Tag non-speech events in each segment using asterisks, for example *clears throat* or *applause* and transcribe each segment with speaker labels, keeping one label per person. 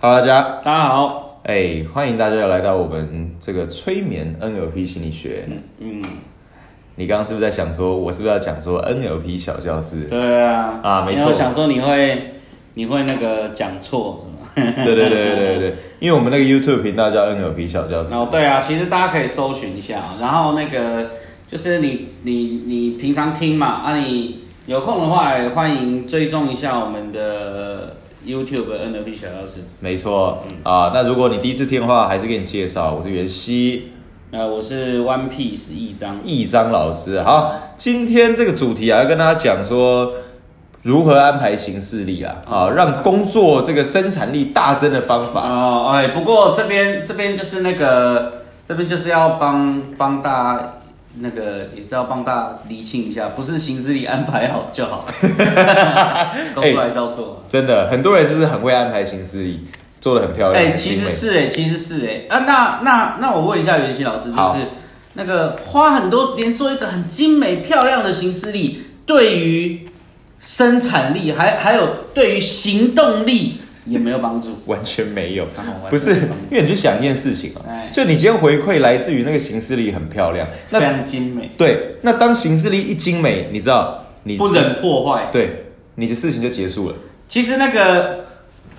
Speaker 1: Hello，大家，
Speaker 2: 大家好，
Speaker 1: 哎，欢迎大家来到我们这个催眠 NLP 心理学。
Speaker 2: 嗯，
Speaker 1: 你刚刚是不是在想说，我是不是要讲说 NLP 小教
Speaker 2: *laughs*
Speaker 1: 室？
Speaker 2: 对啊，
Speaker 1: 啊没错
Speaker 2: 因为我想说你会你会那个讲错是吗？
Speaker 1: 对对对对对对，因为我们那个 YouTube 频道叫 NLP 小教室。
Speaker 2: *laughs* 哦，对啊，其实大家可以搜寻一下，啊然后那个就是你你你平常听嘛，啊你有空的话也欢迎追踪一下我们的 YouTube NLP 小教室。
Speaker 1: 没错啊，那如果你第一次听的话，还是给你介绍，我是袁熙，
Speaker 2: 呃，我是 One Piece 一章，
Speaker 1: 易章老师。好，今天这个主题啊，要跟大家讲说如何安排行事历啊，啊，让工作这个生产力大增的方法。
Speaker 2: 哦，哎，不过这边这边就是那个，这边就是要帮帮大家那个，也是要帮大家厘清一下，不是行事历安排好
Speaker 1: *laughs*
Speaker 2: 就好，工作还是要做。
Speaker 1: 真的，很多人就是很会安排行事历，做的很漂亮。
Speaker 2: 哎、
Speaker 1: 很
Speaker 2: 其
Speaker 1: 精
Speaker 2: 实
Speaker 1: 美
Speaker 2: 是哎、其实是哎、啊，那那那我问一下袁熙老师，就
Speaker 1: 好
Speaker 2: 是那个花很多时间做一个很精美漂亮的行事历，对于生产力还还有对于行动力也没有帮助。
Speaker 1: 完全没有
Speaker 2: 然后完全没有，
Speaker 1: 不是，因为你去想一件事情啊
Speaker 2: 哎，啊
Speaker 1: 就你今天回馈来自于那个行事历很漂亮，
Speaker 2: 非
Speaker 1: 那
Speaker 2: 常精美，
Speaker 1: 对，那当行事历一精美，你知道你
Speaker 2: 不忍破坏。
Speaker 1: 对你的事情就结束了，
Speaker 2: 其实那个，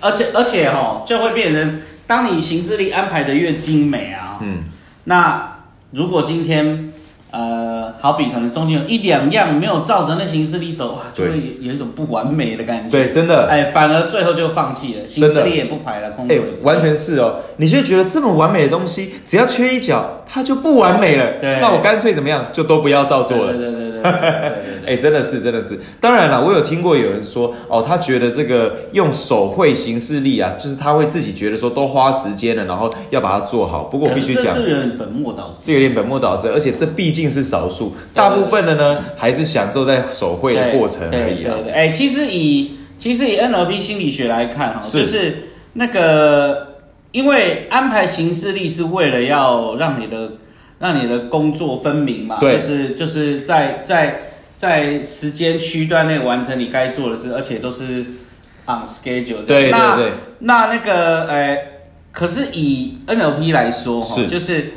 Speaker 2: 而且而且哦，就会变成，当你行事历安排的越精美啊，
Speaker 1: 嗯，
Speaker 2: 那如果今天呃，好比可能中间有一两样没有照着那行事历走，哇，就
Speaker 1: 对
Speaker 2: 会有有一种不完美的感觉。
Speaker 1: 对，真的，
Speaker 2: 哎，反而最后就放弃了，行事历也不排了，工作
Speaker 1: 哎
Speaker 2: 也不排，
Speaker 1: 完全是哦，你就觉得这么完美的东西，只要缺一角，它就不完美了，
Speaker 2: 对
Speaker 1: 那我干脆怎么样，就都不要照做了
Speaker 2: 对。对对对对对对
Speaker 1: 哎、真的是，真的是。当然了，我有听过有人说，哦，他觉得这个用手绘形式力啊，就是他会自己觉得说都花时间了，然后要把它做好。不过我
Speaker 2: 可
Speaker 1: 必
Speaker 2: 是
Speaker 1: 须
Speaker 2: 这
Speaker 1: 讲，
Speaker 2: 是有点本末倒置。
Speaker 1: 是有点本末倒置，而且这毕竟是少数，大部分的呢还是享受在手绘的过程而已啊
Speaker 2: 对
Speaker 1: 啦
Speaker 2: 对。对，哎、其实以其实以 NLP 心理学来看哈、哦，
Speaker 1: 是
Speaker 2: 就是那个，因为安排行事历是为了要让你的让你的工作分明嘛，
Speaker 1: 对
Speaker 2: 就是就是在在在时间区段内完成你该做的事，而且都是 on schedule 的。
Speaker 1: 对
Speaker 2: 那
Speaker 1: 对对
Speaker 2: 那那个，哎、可是以 NLP 来说哈、
Speaker 1: 是
Speaker 2: 就是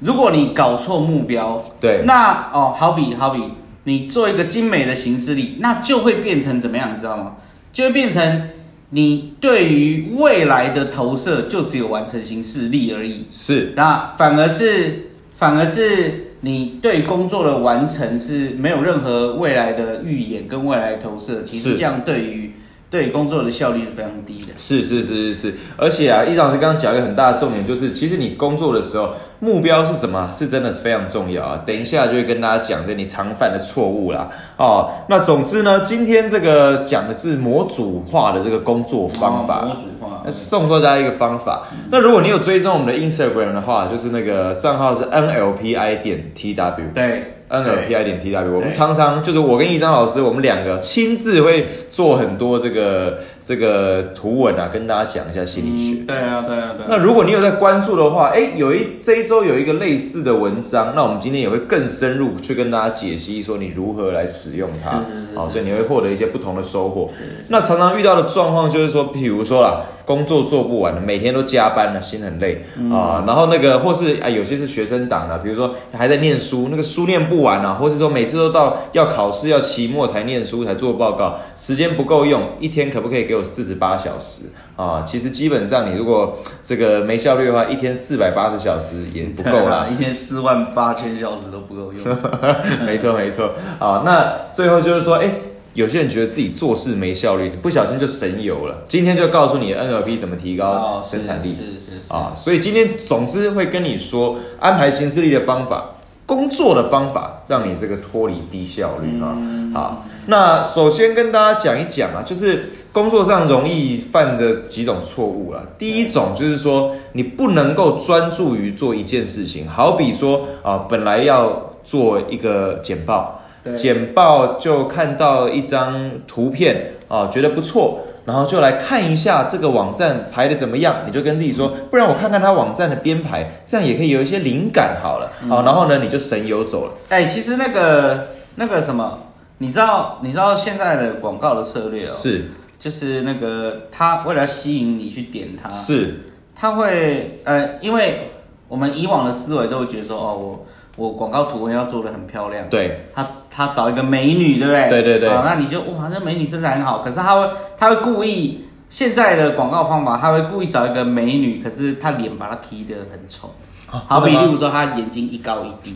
Speaker 2: 如果你搞错目标，
Speaker 1: 对
Speaker 2: 那哦，好比好比你做一个精美的形式力，那就会变成怎么样，你知道吗？就会变成你对于未来的投射就只有完成形式力而已，
Speaker 1: 是，
Speaker 2: 那反而是反而是你对工作的完成是没有任何未来的预演跟未来投射，其实
Speaker 1: 是
Speaker 2: 这样对于对工作的效率是非常低的。
Speaker 1: 是是是是是，而且啊，易老师刚刚讲一个很大的重点，就是其实你工作的时候，目标是什么，啊是真的是非常重要啊。等一下就会跟大家讲这你常犯的错误啦。哦，那总之呢，今天这个讲的是模组化的这个工作方法。呃
Speaker 2: 哦模组化
Speaker 1: 那，送大家一个方法。那如果你有追踪我们的 Instagram 的话，就是那个账号是 NLPI 点 TW。
Speaker 2: 对
Speaker 1: NLPI 点 TW，我们
Speaker 2: 对
Speaker 1: 常常就是我跟一张老师，我们两个亲自会做很多这个这个图文啊，跟大家讲一下心理学。
Speaker 2: 嗯对啊，对啊，对啊。
Speaker 1: 那如果你有在关注的话，哎，有一这一周有一个类似的文章，那我们今天也会更深入去跟大家解析，说你如何来使用它。
Speaker 2: 是是是
Speaker 1: 好，
Speaker 2: 是
Speaker 1: 所以你会获得一些不同的收获。那常常遇到的状况就是说，比如说啦，工作做不完了，每天都加班了，心很累啊、
Speaker 2: 嗯
Speaker 1: 然后那个或是啊，有些是学生党的，比如说还在念书，那个书念不完啊，或是说每次都到要考试、要期末才念书、才做报告，时间不够用，一天可不可以给我四十八小时啊、其实基本上你如果这个没效率的话，一天四百八十小时也不够啦。
Speaker 2: *laughs* 一天四万八千小时都不够用。
Speaker 1: *laughs* 没错没错啊。那最后就是说，哎、有些人觉得自己做事没效率，不小心就神游了。今天就告诉你 NLP 怎么提高生产力
Speaker 2: 哦是是是
Speaker 1: 啊。所以今天总之会跟你说安排行事力的方法。工作的方法让你这个脱离低效率啊、好，那首先跟大家讲一讲啊，就是工作上容易犯的几种错误啦。第一种就是说，你不能够专注于做一件事情，好比说啊，本来要做一个简报，
Speaker 2: 对
Speaker 1: 简报就看到一张图片啊，觉得不错，然后就来看一下这个网站排的怎么样，你就跟自己说，不然我看看他网站的编排，这样也可以有一些灵感好了。
Speaker 2: 嗯
Speaker 1: 好、然后呢，你就神游走了。
Speaker 2: 哎、其实那个那个什么，你知道你知道现在的广告的策略哦，
Speaker 1: 是，
Speaker 2: 就是那个他为了吸引你去点它，
Speaker 1: 是
Speaker 2: 他会呃，因为我们以往的思维都会觉得说，哦，我我广告图文要做的很漂亮，
Speaker 1: 对，
Speaker 2: 他他找一个美女，对不对？
Speaker 1: 对对对
Speaker 2: 啊，那你就哇，那美女身材很好，可是他会他会故意现在的广告方法，他会故意找一个美女，可是他脸把她 P 得很丑，
Speaker 1: 啊
Speaker 2: 好比
Speaker 1: 真的
Speaker 2: 例
Speaker 1: 吗
Speaker 2: 如说他眼睛一高一低，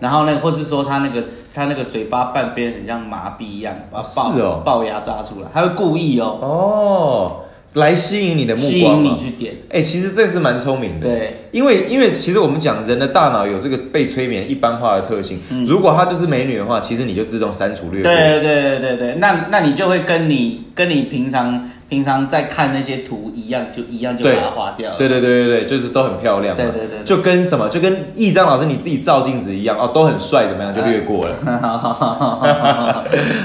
Speaker 2: 然后呢，或是说他那个他那个嘴巴半边很像麻痹一样，把
Speaker 1: 是
Speaker 2: 龅
Speaker 1: 哦
Speaker 2: 龅牙扎出来，他会故意哦
Speaker 1: *laughs* 哦，来吸引你的
Speaker 2: 吸
Speaker 1: 目光
Speaker 2: 引
Speaker 1: 嘛
Speaker 2: 你。去点，
Speaker 1: 哎、其实这是蛮聪明的。
Speaker 2: 对，
Speaker 1: 因为因为其实我们讲人的大脑有这个被催眠一般化的特性，如果她就是美女的话，其实你就自动删除略过。
Speaker 2: 嗯对对对对对，那那你就会跟你跟你平常平常在看那些图一样，就一样就把
Speaker 1: 对
Speaker 2: 它划掉了。
Speaker 1: 对对对对对，就是都很漂亮嘛，
Speaker 2: 呃对对对对
Speaker 1: 就跟什么，就跟一张老师你自己照镜子一样，哦，都很帅，怎么样就略过了。
Speaker 2: 啊 *laughs*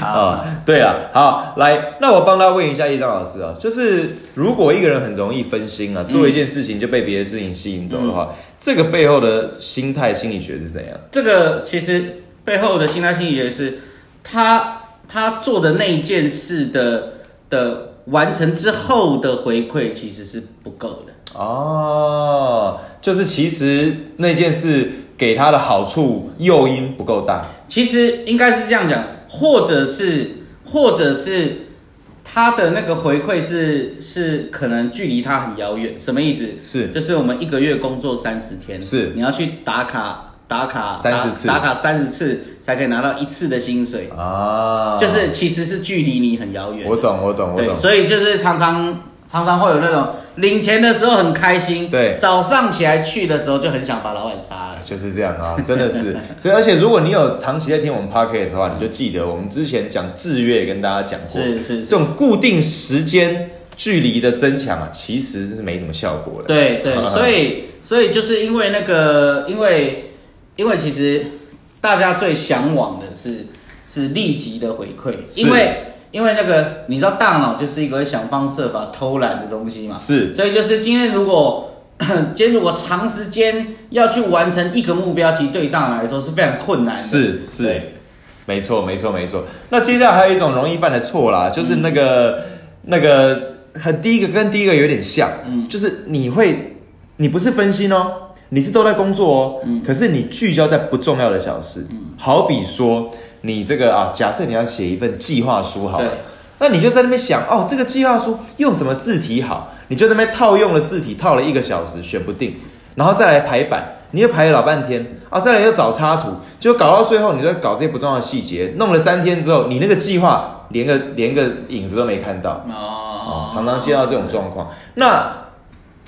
Speaker 1: *laughs*
Speaker 2: 好，
Speaker 1: 啊、对了，好，来，那我帮他问一下一张老师啊，就是如果一个人很容易分心
Speaker 2: 嗯
Speaker 1: 啊，做一件事情就被别的事情吸引走的话，这个背后的心态心理学是怎样？
Speaker 2: 这个其实背后的心态心理学是，他他做的那一件事的的完成之后的回馈其实是不够的。
Speaker 1: 哦，就是其实那件事给他的好处诱因不够大，
Speaker 2: 其实应该是这样讲，或者是或者是他的那个回馈是是可能距离他很遥远，什么意思？
Speaker 1: 是
Speaker 2: 就是我们一个月工作三十天，
Speaker 1: 是
Speaker 2: 你要去打卡打卡
Speaker 1: 30
Speaker 2: 打
Speaker 1: 次
Speaker 2: 打卡三十次才可以拿到一次的薪水，
Speaker 1: 啊，
Speaker 2: 就是其实是距离你很遥远。
Speaker 1: 我懂，我懂，我
Speaker 2: 对，
Speaker 1: 懂，
Speaker 2: 所以就是常常常常会有那种领钱的时候很开心，
Speaker 1: 对
Speaker 2: 早上起来去的时候就很想把老板杀了。
Speaker 1: 就是这样啊，真的是。 *laughs* 所以，而且如果你有长期在听我们 podcast 的话，你就记得我们之前讲制约也跟大家讲过，
Speaker 2: 是是
Speaker 1: 这种固定时间距离的增强啊，其实是没什么效果的。啊
Speaker 2: 对对，所以所以就是因为那个，因为因为其实大家最向往的是是立即的回馈，
Speaker 1: 是
Speaker 2: 因为因为那个你知道大脑就是一个会想方设法偷懒的东西嘛，
Speaker 1: 是
Speaker 2: 所以就是今天如果 *clears throat* 今天如果长时间要去完成一个目标，其实对大脑来说是非常困难的，
Speaker 1: 是是
Speaker 2: 对，
Speaker 1: 没错没错没错。那接下来还有一种容易犯的错啦，就是
Speaker 2: 嗯
Speaker 1: 那个、那个很第一个跟第一个有点像，
Speaker 2: 嗯
Speaker 1: 就是你会你不是分心哦，你是都在工作哦，
Speaker 2: 嗯
Speaker 1: 可是你聚焦在不重要的小事，好比说你这个啊，假设你要写一份计划书好了
Speaker 2: 对。
Speaker 1: 那你就在那边想哦，这个计划书用什么字体好？你就在那边套用了字体，套了一个小时，选不定，然后再来排版，你又排了老半天啊，再来又找插图，就搞到最后，你在搞这些不重要的细节，弄了三天之后，你那个计划连个连个影子都没看到啊、
Speaker 2: 哦
Speaker 1: 常常见到这种状况。那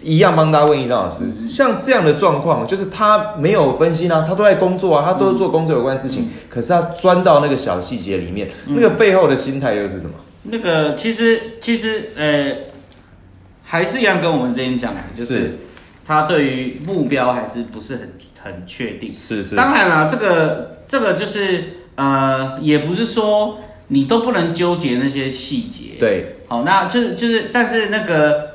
Speaker 1: 一样帮大家问一张老师，像这样的状况，就是他没有分析啊，他都在工作啊，他都是做工作有关的事情，可是他钻到那个小细节里面，那个背后的心态又是什么？
Speaker 2: 那个其实其实呃，还是一样跟我们之前讲的，啊就是
Speaker 1: 是
Speaker 2: 他对于目标还是不是很很确定。
Speaker 1: 是是，
Speaker 2: 当然了，这个这个就是呃，也不是说你都不能纠结那些细节。，
Speaker 1: 对，
Speaker 2: 好，那就是就是，但是那个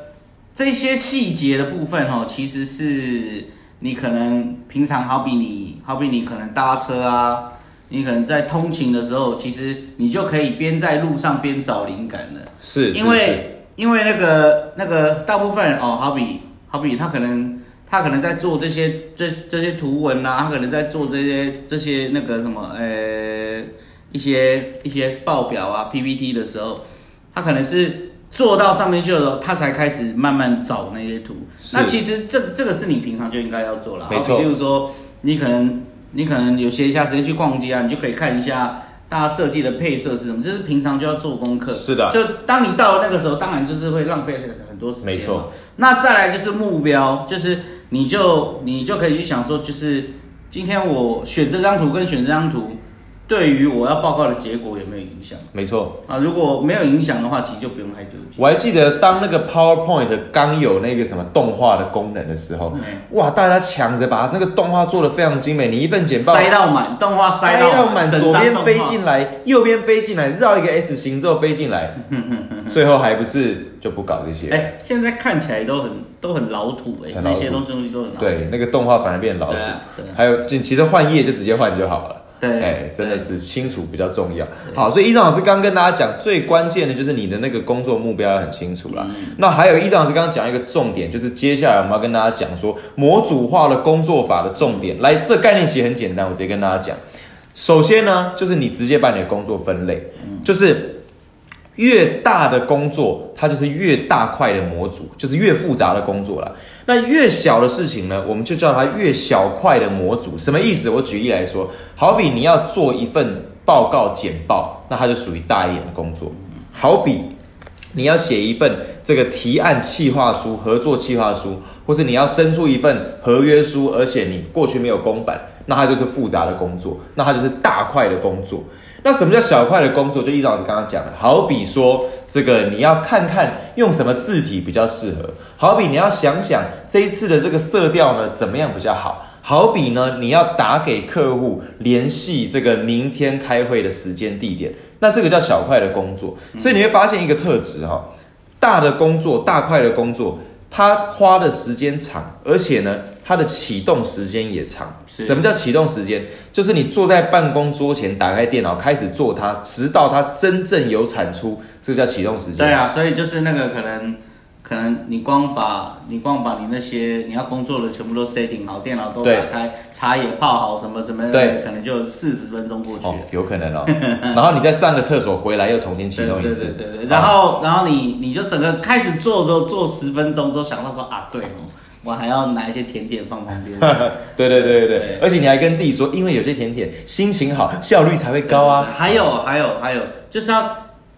Speaker 2: 这些细节的部分哦，其实是你可能平常好比你好比你可能搭车啊。你可能在通勤的时候，其实你就可以边在路上边找灵感了。
Speaker 1: 是，是
Speaker 2: 因为因为那个那个大部分人哦，好比好比他可能他可能在做这些这这些图文啊，他可能在做这些这些那个什么呃一些一些报表啊 PPT 的时候，他可能是做到上面去的时候，他才开始慢慢找那些图。
Speaker 1: 是
Speaker 2: 那其实这这个是你平常就应该要做了，
Speaker 1: 没错
Speaker 2: 好比例如说你可能你可能有闲暇时间去逛街啊，你就可以看一下。大家设计的配色是什么？这是平常就要做功课。
Speaker 1: 是的
Speaker 2: 就当你到了那个时候，当然就是会浪费很很多时间。
Speaker 1: 没错。
Speaker 2: 那再来就是目标，就是你就你就可以去想说，就是今天我选这张图跟选这张图，对于我要报告的结果有没有影响
Speaker 1: 没错。
Speaker 2: 啊？如果没有影响的话，其实就不用太纠结。
Speaker 1: 我还记得当那个 PowerPoint 刚有那个什么动画的功能的时候，
Speaker 2: 嗯
Speaker 1: 哇，大家抢着把那个动画做得非常精美，你一份简报
Speaker 2: 塞到满，动画塞
Speaker 1: 到
Speaker 2: 到
Speaker 1: 满，
Speaker 2: 整
Speaker 1: 左
Speaker 2: 张
Speaker 1: 边
Speaker 2: 动
Speaker 1: 飞
Speaker 2: 画嗯
Speaker 1: 进来，右边飞进来，绕一个 S 型之后飞进来，最后还不是就不搞这些，
Speaker 2: 哎、现在看起来都很都很老土哎、
Speaker 1: 很老
Speaker 2: 那
Speaker 1: 土
Speaker 2: 些东西东西都很老土。
Speaker 1: 对，那个动画反而变老土
Speaker 2: 对啊对啊。
Speaker 1: 还有，就其实换页就直接换就好了。
Speaker 2: 对
Speaker 1: 哎，真的是清楚比较重要。好，所以一张老师刚刚跟大家讲，最关键的就是你的那个工作目标要很清楚啦。那还有一张老师刚刚讲一个重点，就是接下来我们要跟大家讲说模组化的工作法的重点。来，这概念其实很简单，我直接跟大家讲。首先呢，就是你直接把你的工作分类，就是越大的工作，它就是越大块的模组，就是越复杂的工作啦。那越小的事情呢，我们就叫它越小块的模组。什么意思？我举例来说，好比你要做一份报告简报，那它就属于大一点的工作。好比你要写一份这个提案企划书、合作企划书，或是你要申诉一份合约书，而且你过去没有公版，那它就是复杂的工作，那它就是大块的工作。那什么叫小块的工作？就依照老师刚刚讲的，好比说这个你要看看用什么字体比较适合，好比你要想想这一次的这个色调呢怎么样比较好。好比呢，你要打给客户联系这个明天开会的时间地点，那这个叫小块的工作。
Speaker 2: 嗯
Speaker 1: 所以你会发现一个特质哈、大的工作、大块的工作，它花的时间长，而且呢，它的启动时间也长。
Speaker 2: 是
Speaker 1: 什么叫启动时间？就是你坐在办公桌前，打开电脑开始做它，直到它真正有产出，这个叫启动时间。
Speaker 2: 对啊，所以就是那个可能，可能你光把你光把你那些你要工作的全部都 setting 好，电脑都打
Speaker 1: 对
Speaker 2: 开，茶也泡好，什么什么，
Speaker 1: 对，
Speaker 2: 可能就四十分钟过去
Speaker 1: 哦
Speaker 2: 了。，
Speaker 1: 有可能哦。 *laughs* 然后你再上个厕所回来，又重新启动一次。
Speaker 2: 对对对对
Speaker 1: 哦
Speaker 2: 然后然后你你就整个开始做的时候做十分钟之后想到说啊对哦，我还要拿一些甜点放旁边。
Speaker 1: 呃对对对对对
Speaker 2: 对，
Speaker 1: 而且你还跟自己说，因为有些甜点心情好，效率才会高啊。
Speaker 2: 还有还有还有，就是要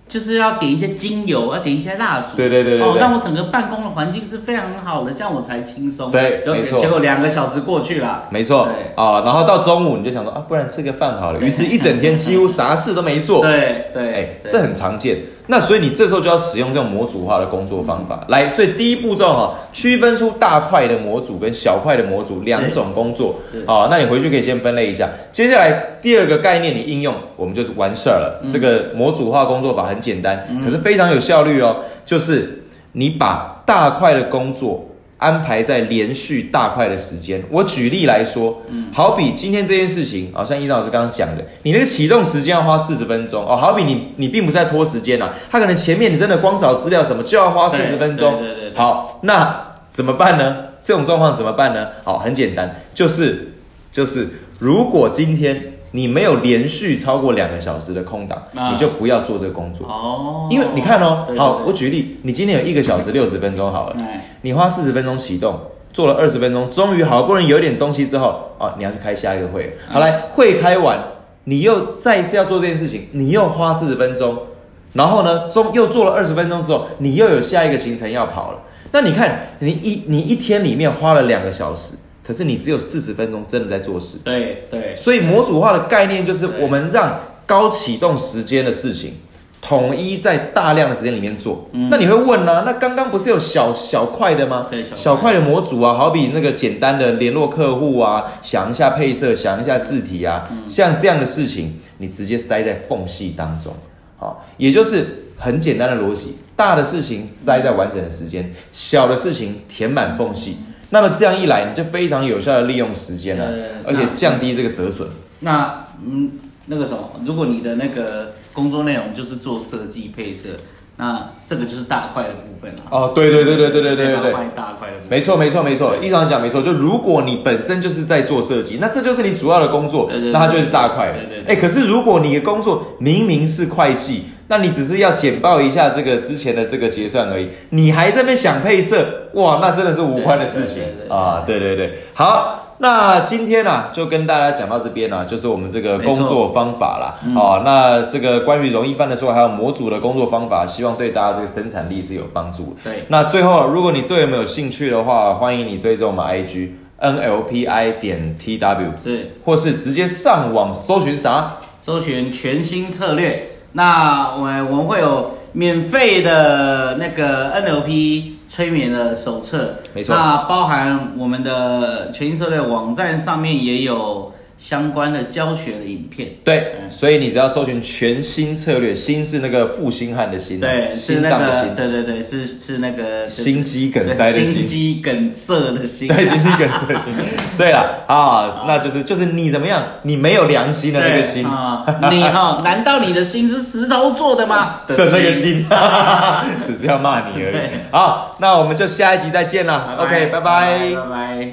Speaker 2: 就是要点一些精油，要点一些蜡烛。
Speaker 1: 对对对对
Speaker 2: 哦，
Speaker 1: 对
Speaker 2: 让我整个办公的环境是非常好的，这样我才轻松。
Speaker 1: 对
Speaker 2: 就
Speaker 1: 没错
Speaker 2: 结果两个小时过去了。
Speaker 1: 没错
Speaker 2: 对
Speaker 1: 啊，然后到中午你就想说啊，不然吃个饭好了。于是，一整天几乎啥事都没做。
Speaker 2: 对对，
Speaker 1: 哎，
Speaker 2: 对
Speaker 1: 这很常见。那所以你这时候就要使用这种模组化的工作方法来。所以第一步骤哈、区分出大块的模组跟小块的模组两种工作
Speaker 2: 是。
Speaker 1: 好、那你回去可以先分类一下。接下来第二个概念你应用，我们就完事儿
Speaker 2: 嗯
Speaker 1: 了。这个模组化工作法很简单，可是非常有效率哦。就是你把大块的工作。安排在连续大块的时间。我举例来说，
Speaker 2: 嗯
Speaker 1: 好比今天这件事情，好、像伊老师刚刚讲的，你那个启动时间要花四十分钟哦。好比你你并不是在拖时间啊，他可能前面你真的光找资料什么就要花四十
Speaker 2: 对
Speaker 1: 分钟。
Speaker 2: 对对对对
Speaker 1: 好，那怎么办呢？这种状况怎么办呢？好，很简单，就是就是如果今天你没有连续超过两个小时的空档，
Speaker 2: 啊
Speaker 1: 你就不要做这个工作。
Speaker 2: 哦，
Speaker 1: 因为你看哦
Speaker 2: 对，对
Speaker 1: 好，
Speaker 2: 对
Speaker 1: 我举例，你今天有一个小时六十分钟好了，
Speaker 2: 哎
Speaker 1: 你花四十分钟启动，做了二十分钟，终于好不容易有点东西之后，哦，你要去开下一个会了。好来，会开完，你又再一次要做这件事情，你又花四十分钟，然后呢，中又做了二十分钟之后，你又有下一个行程要跑了。那你看，你一你一天里面花了两个小时，可是你只有四十分钟真的在做事。
Speaker 2: 对对
Speaker 1: 所以模组化的概念就是
Speaker 2: 对
Speaker 1: 我们让高启动时间的事情。统一在大量的时间里面做，那你会问呢、那刚刚不是有小小块的吗？
Speaker 2: 嗯对小块
Speaker 1: 小块的模组啊，好比那个简单的联络客户啊，想一下配色，想一下字体啊，
Speaker 2: 嗯
Speaker 1: 像这样的事情，你直接塞在缝隙当中，好，也就是很简单的逻辑，大的事情塞在完整的时间，小的事情填满缝隙，那么这样一来，你就非常有效的利用时间了、
Speaker 2: 对
Speaker 1: 啊而且
Speaker 2: 那
Speaker 1: 降低这个折损。
Speaker 2: 那嗯那个什么，如果你的那个工作内容就是做设计配色，那这个就是大块的部分了。
Speaker 1: 哦，对对对对对对对对对
Speaker 2: 大，块大块的部分。
Speaker 1: 没错没错没错，一长讲没错，就如果你本身就是在做设计，那这就是你主要的工作
Speaker 2: 对对，对
Speaker 1: 那它就是大块的
Speaker 2: 对对。
Speaker 1: 哎，
Speaker 2: 对
Speaker 1: 可是如果你的工作明明是会计，那你只是要简报一下这个之前的这个结算而已，你还在那边想配色，哇，那真的是无关的事情
Speaker 2: 对对对对
Speaker 1: 啊！对对对，好。那今天呢、啊，就跟大家讲到这边呢、啊，就是我们这个
Speaker 2: 没错
Speaker 1: 工作方法啦。哦，那这个关于容易犯的错，还有模组的工作方法，希望对大家这个生产力是有帮助的。
Speaker 2: 对
Speaker 1: 那最后，啊如果你对我们有兴趣的话，欢迎你追踪我们 IG NLPI 点 TW，
Speaker 2: 是
Speaker 1: 或是直接上网搜寻啥？
Speaker 2: 搜寻全新策略。那我我们会有免费的那个 NLP 催眠的手册，
Speaker 1: 没错
Speaker 2: 那包含我们的全新策略网站上面也有相关的教学的影片。
Speaker 1: 对，
Speaker 2: 嗯
Speaker 1: 所以你只要搜寻全新策略，新是那个负心汉的心，
Speaker 2: 对，是
Speaker 1: 嗯心
Speaker 2: 那
Speaker 1: 脏的
Speaker 2: 个，
Speaker 1: 心，
Speaker 2: 对对对，是是那个
Speaker 1: 心肌梗塞的
Speaker 2: 对
Speaker 1: 心
Speaker 2: 心肌梗塞的心，
Speaker 1: 对，心肌梗塞
Speaker 2: *laughs*
Speaker 1: 的心。对了啊，那就是就是你怎么样，你没有良心的那个心
Speaker 2: 对。啊，你哈，难道你的心是石头做的吗？
Speaker 1: *laughs* 的那个，心， *laughs* 只是要骂你而
Speaker 2: 对
Speaker 1: 已。好，那我们就下一集再见了。
Speaker 2: 拜
Speaker 1: OK，拜拜。
Speaker 2: 拜拜。